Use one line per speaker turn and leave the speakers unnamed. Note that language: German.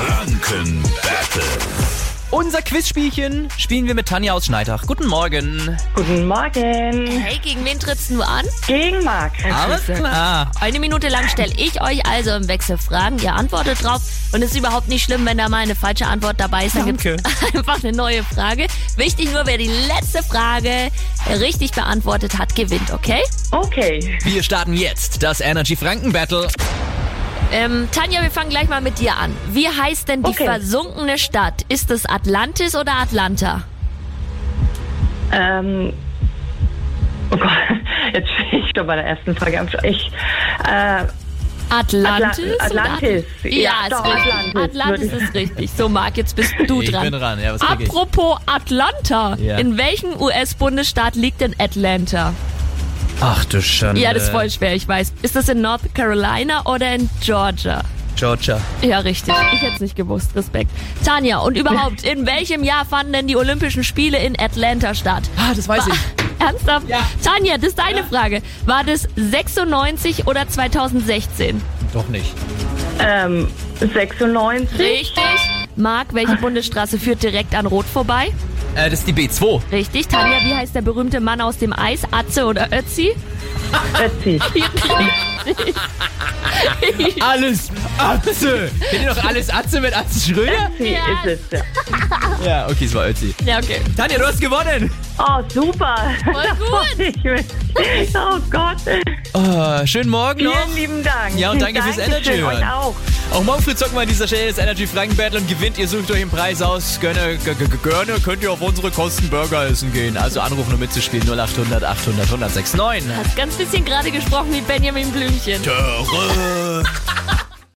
Franken Battle.
Unser Quizspielchen spielen wir mit Tanja aus Schneidach. Guten Morgen.
Guten Morgen.
Hey, gegen wen tritt's nur an?
Gegen Marc.
Alles klar.
Eine Minute lang stelle ich euch also im Wechsel Fragen. Ihr antwortet drauf. Und es ist überhaupt nicht schlimm, wenn da mal eine falsche Antwort dabei ist. Dann
Danke.
gibt's einfach eine neue Frage. Wichtig nur, wer die letzte Frage richtig beantwortet hat, gewinnt, okay?
Okay.
Wir starten jetzt das Energy Franken Battle.
Ähm, Tanja, wir fangen gleich mal mit dir an. Wie heißt denn die
Okay.
versunkene Stadt? Ist es Atlantis oder Atlanta?
Ähm, oh Gott, jetzt bin ich doch bei der ersten Frage. am Sch- Ich, äh,
Atlantis?
Atla-
oder
Atlantis.
Atl-
Ja,
Ja, ist
doch,
richtig.
Atlantis.
Atlantis ist richtig. So, Marc, jetzt bist du
Ich
dran.
bin dran. Ja, was krieg ich?
Apropos Atlanta.
Ja.
In welchem US-Bundesstaat liegt denn Atlanta?
Ach du Schande.
Ja, das ist voll schwer, ich weiß. Ist das in North Carolina oder in Georgia?
Georgia.
Ja, richtig. Ich hätte es nicht gewusst. Respekt. Tanja, und überhaupt, in welchem Jahr fanden denn die Olympischen Spiele in Atlanta statt?
Ah, das weiß ich.
Ernsthaft?
Ja.
Tanja, das ist deine Frage. War das 96 oder 2016?
Doch nicht.
ähm, 96.
Richtig. Marc, welche
Ah.
Bundesstraße führt direkt an Rot vorbei?
Äh, das ist die B2.
Richtig. Tanja, wie heißt der berühmte Mann aus dem Eis? Atze oder Ötzi?
Ötzi.
Alles Atze. Kennt ihr noch alles Atze mit Atze Schröder?
Ötzi
Ja.
ist es. ja.
Ja, okay, es war Ötzi.
Ja, okay.
Tanja, du hast gewonnen.
Oh, super.
Voll gut.
Ich bin- Oh Gott.
Oh, schönen Morgen noch.
Vielen lieben Dank.
Ja, und danke fürs
Dankeschön,
Energy hören.
Euch auch.
Auch morgen früh zocken wir an dieser Stelle das Energy Franken Battle und gewinnt. Ihr sucht euch den Preis aus. Gönne, g- g- gönne könnt ihr auf unsere Kosten Burger essen gehen. Also anrufen, um mitzuspielen. 0800 800 1069.
Hast ganz bisschen gerade gesprochen wie Benjamin Blümchen.
Töre.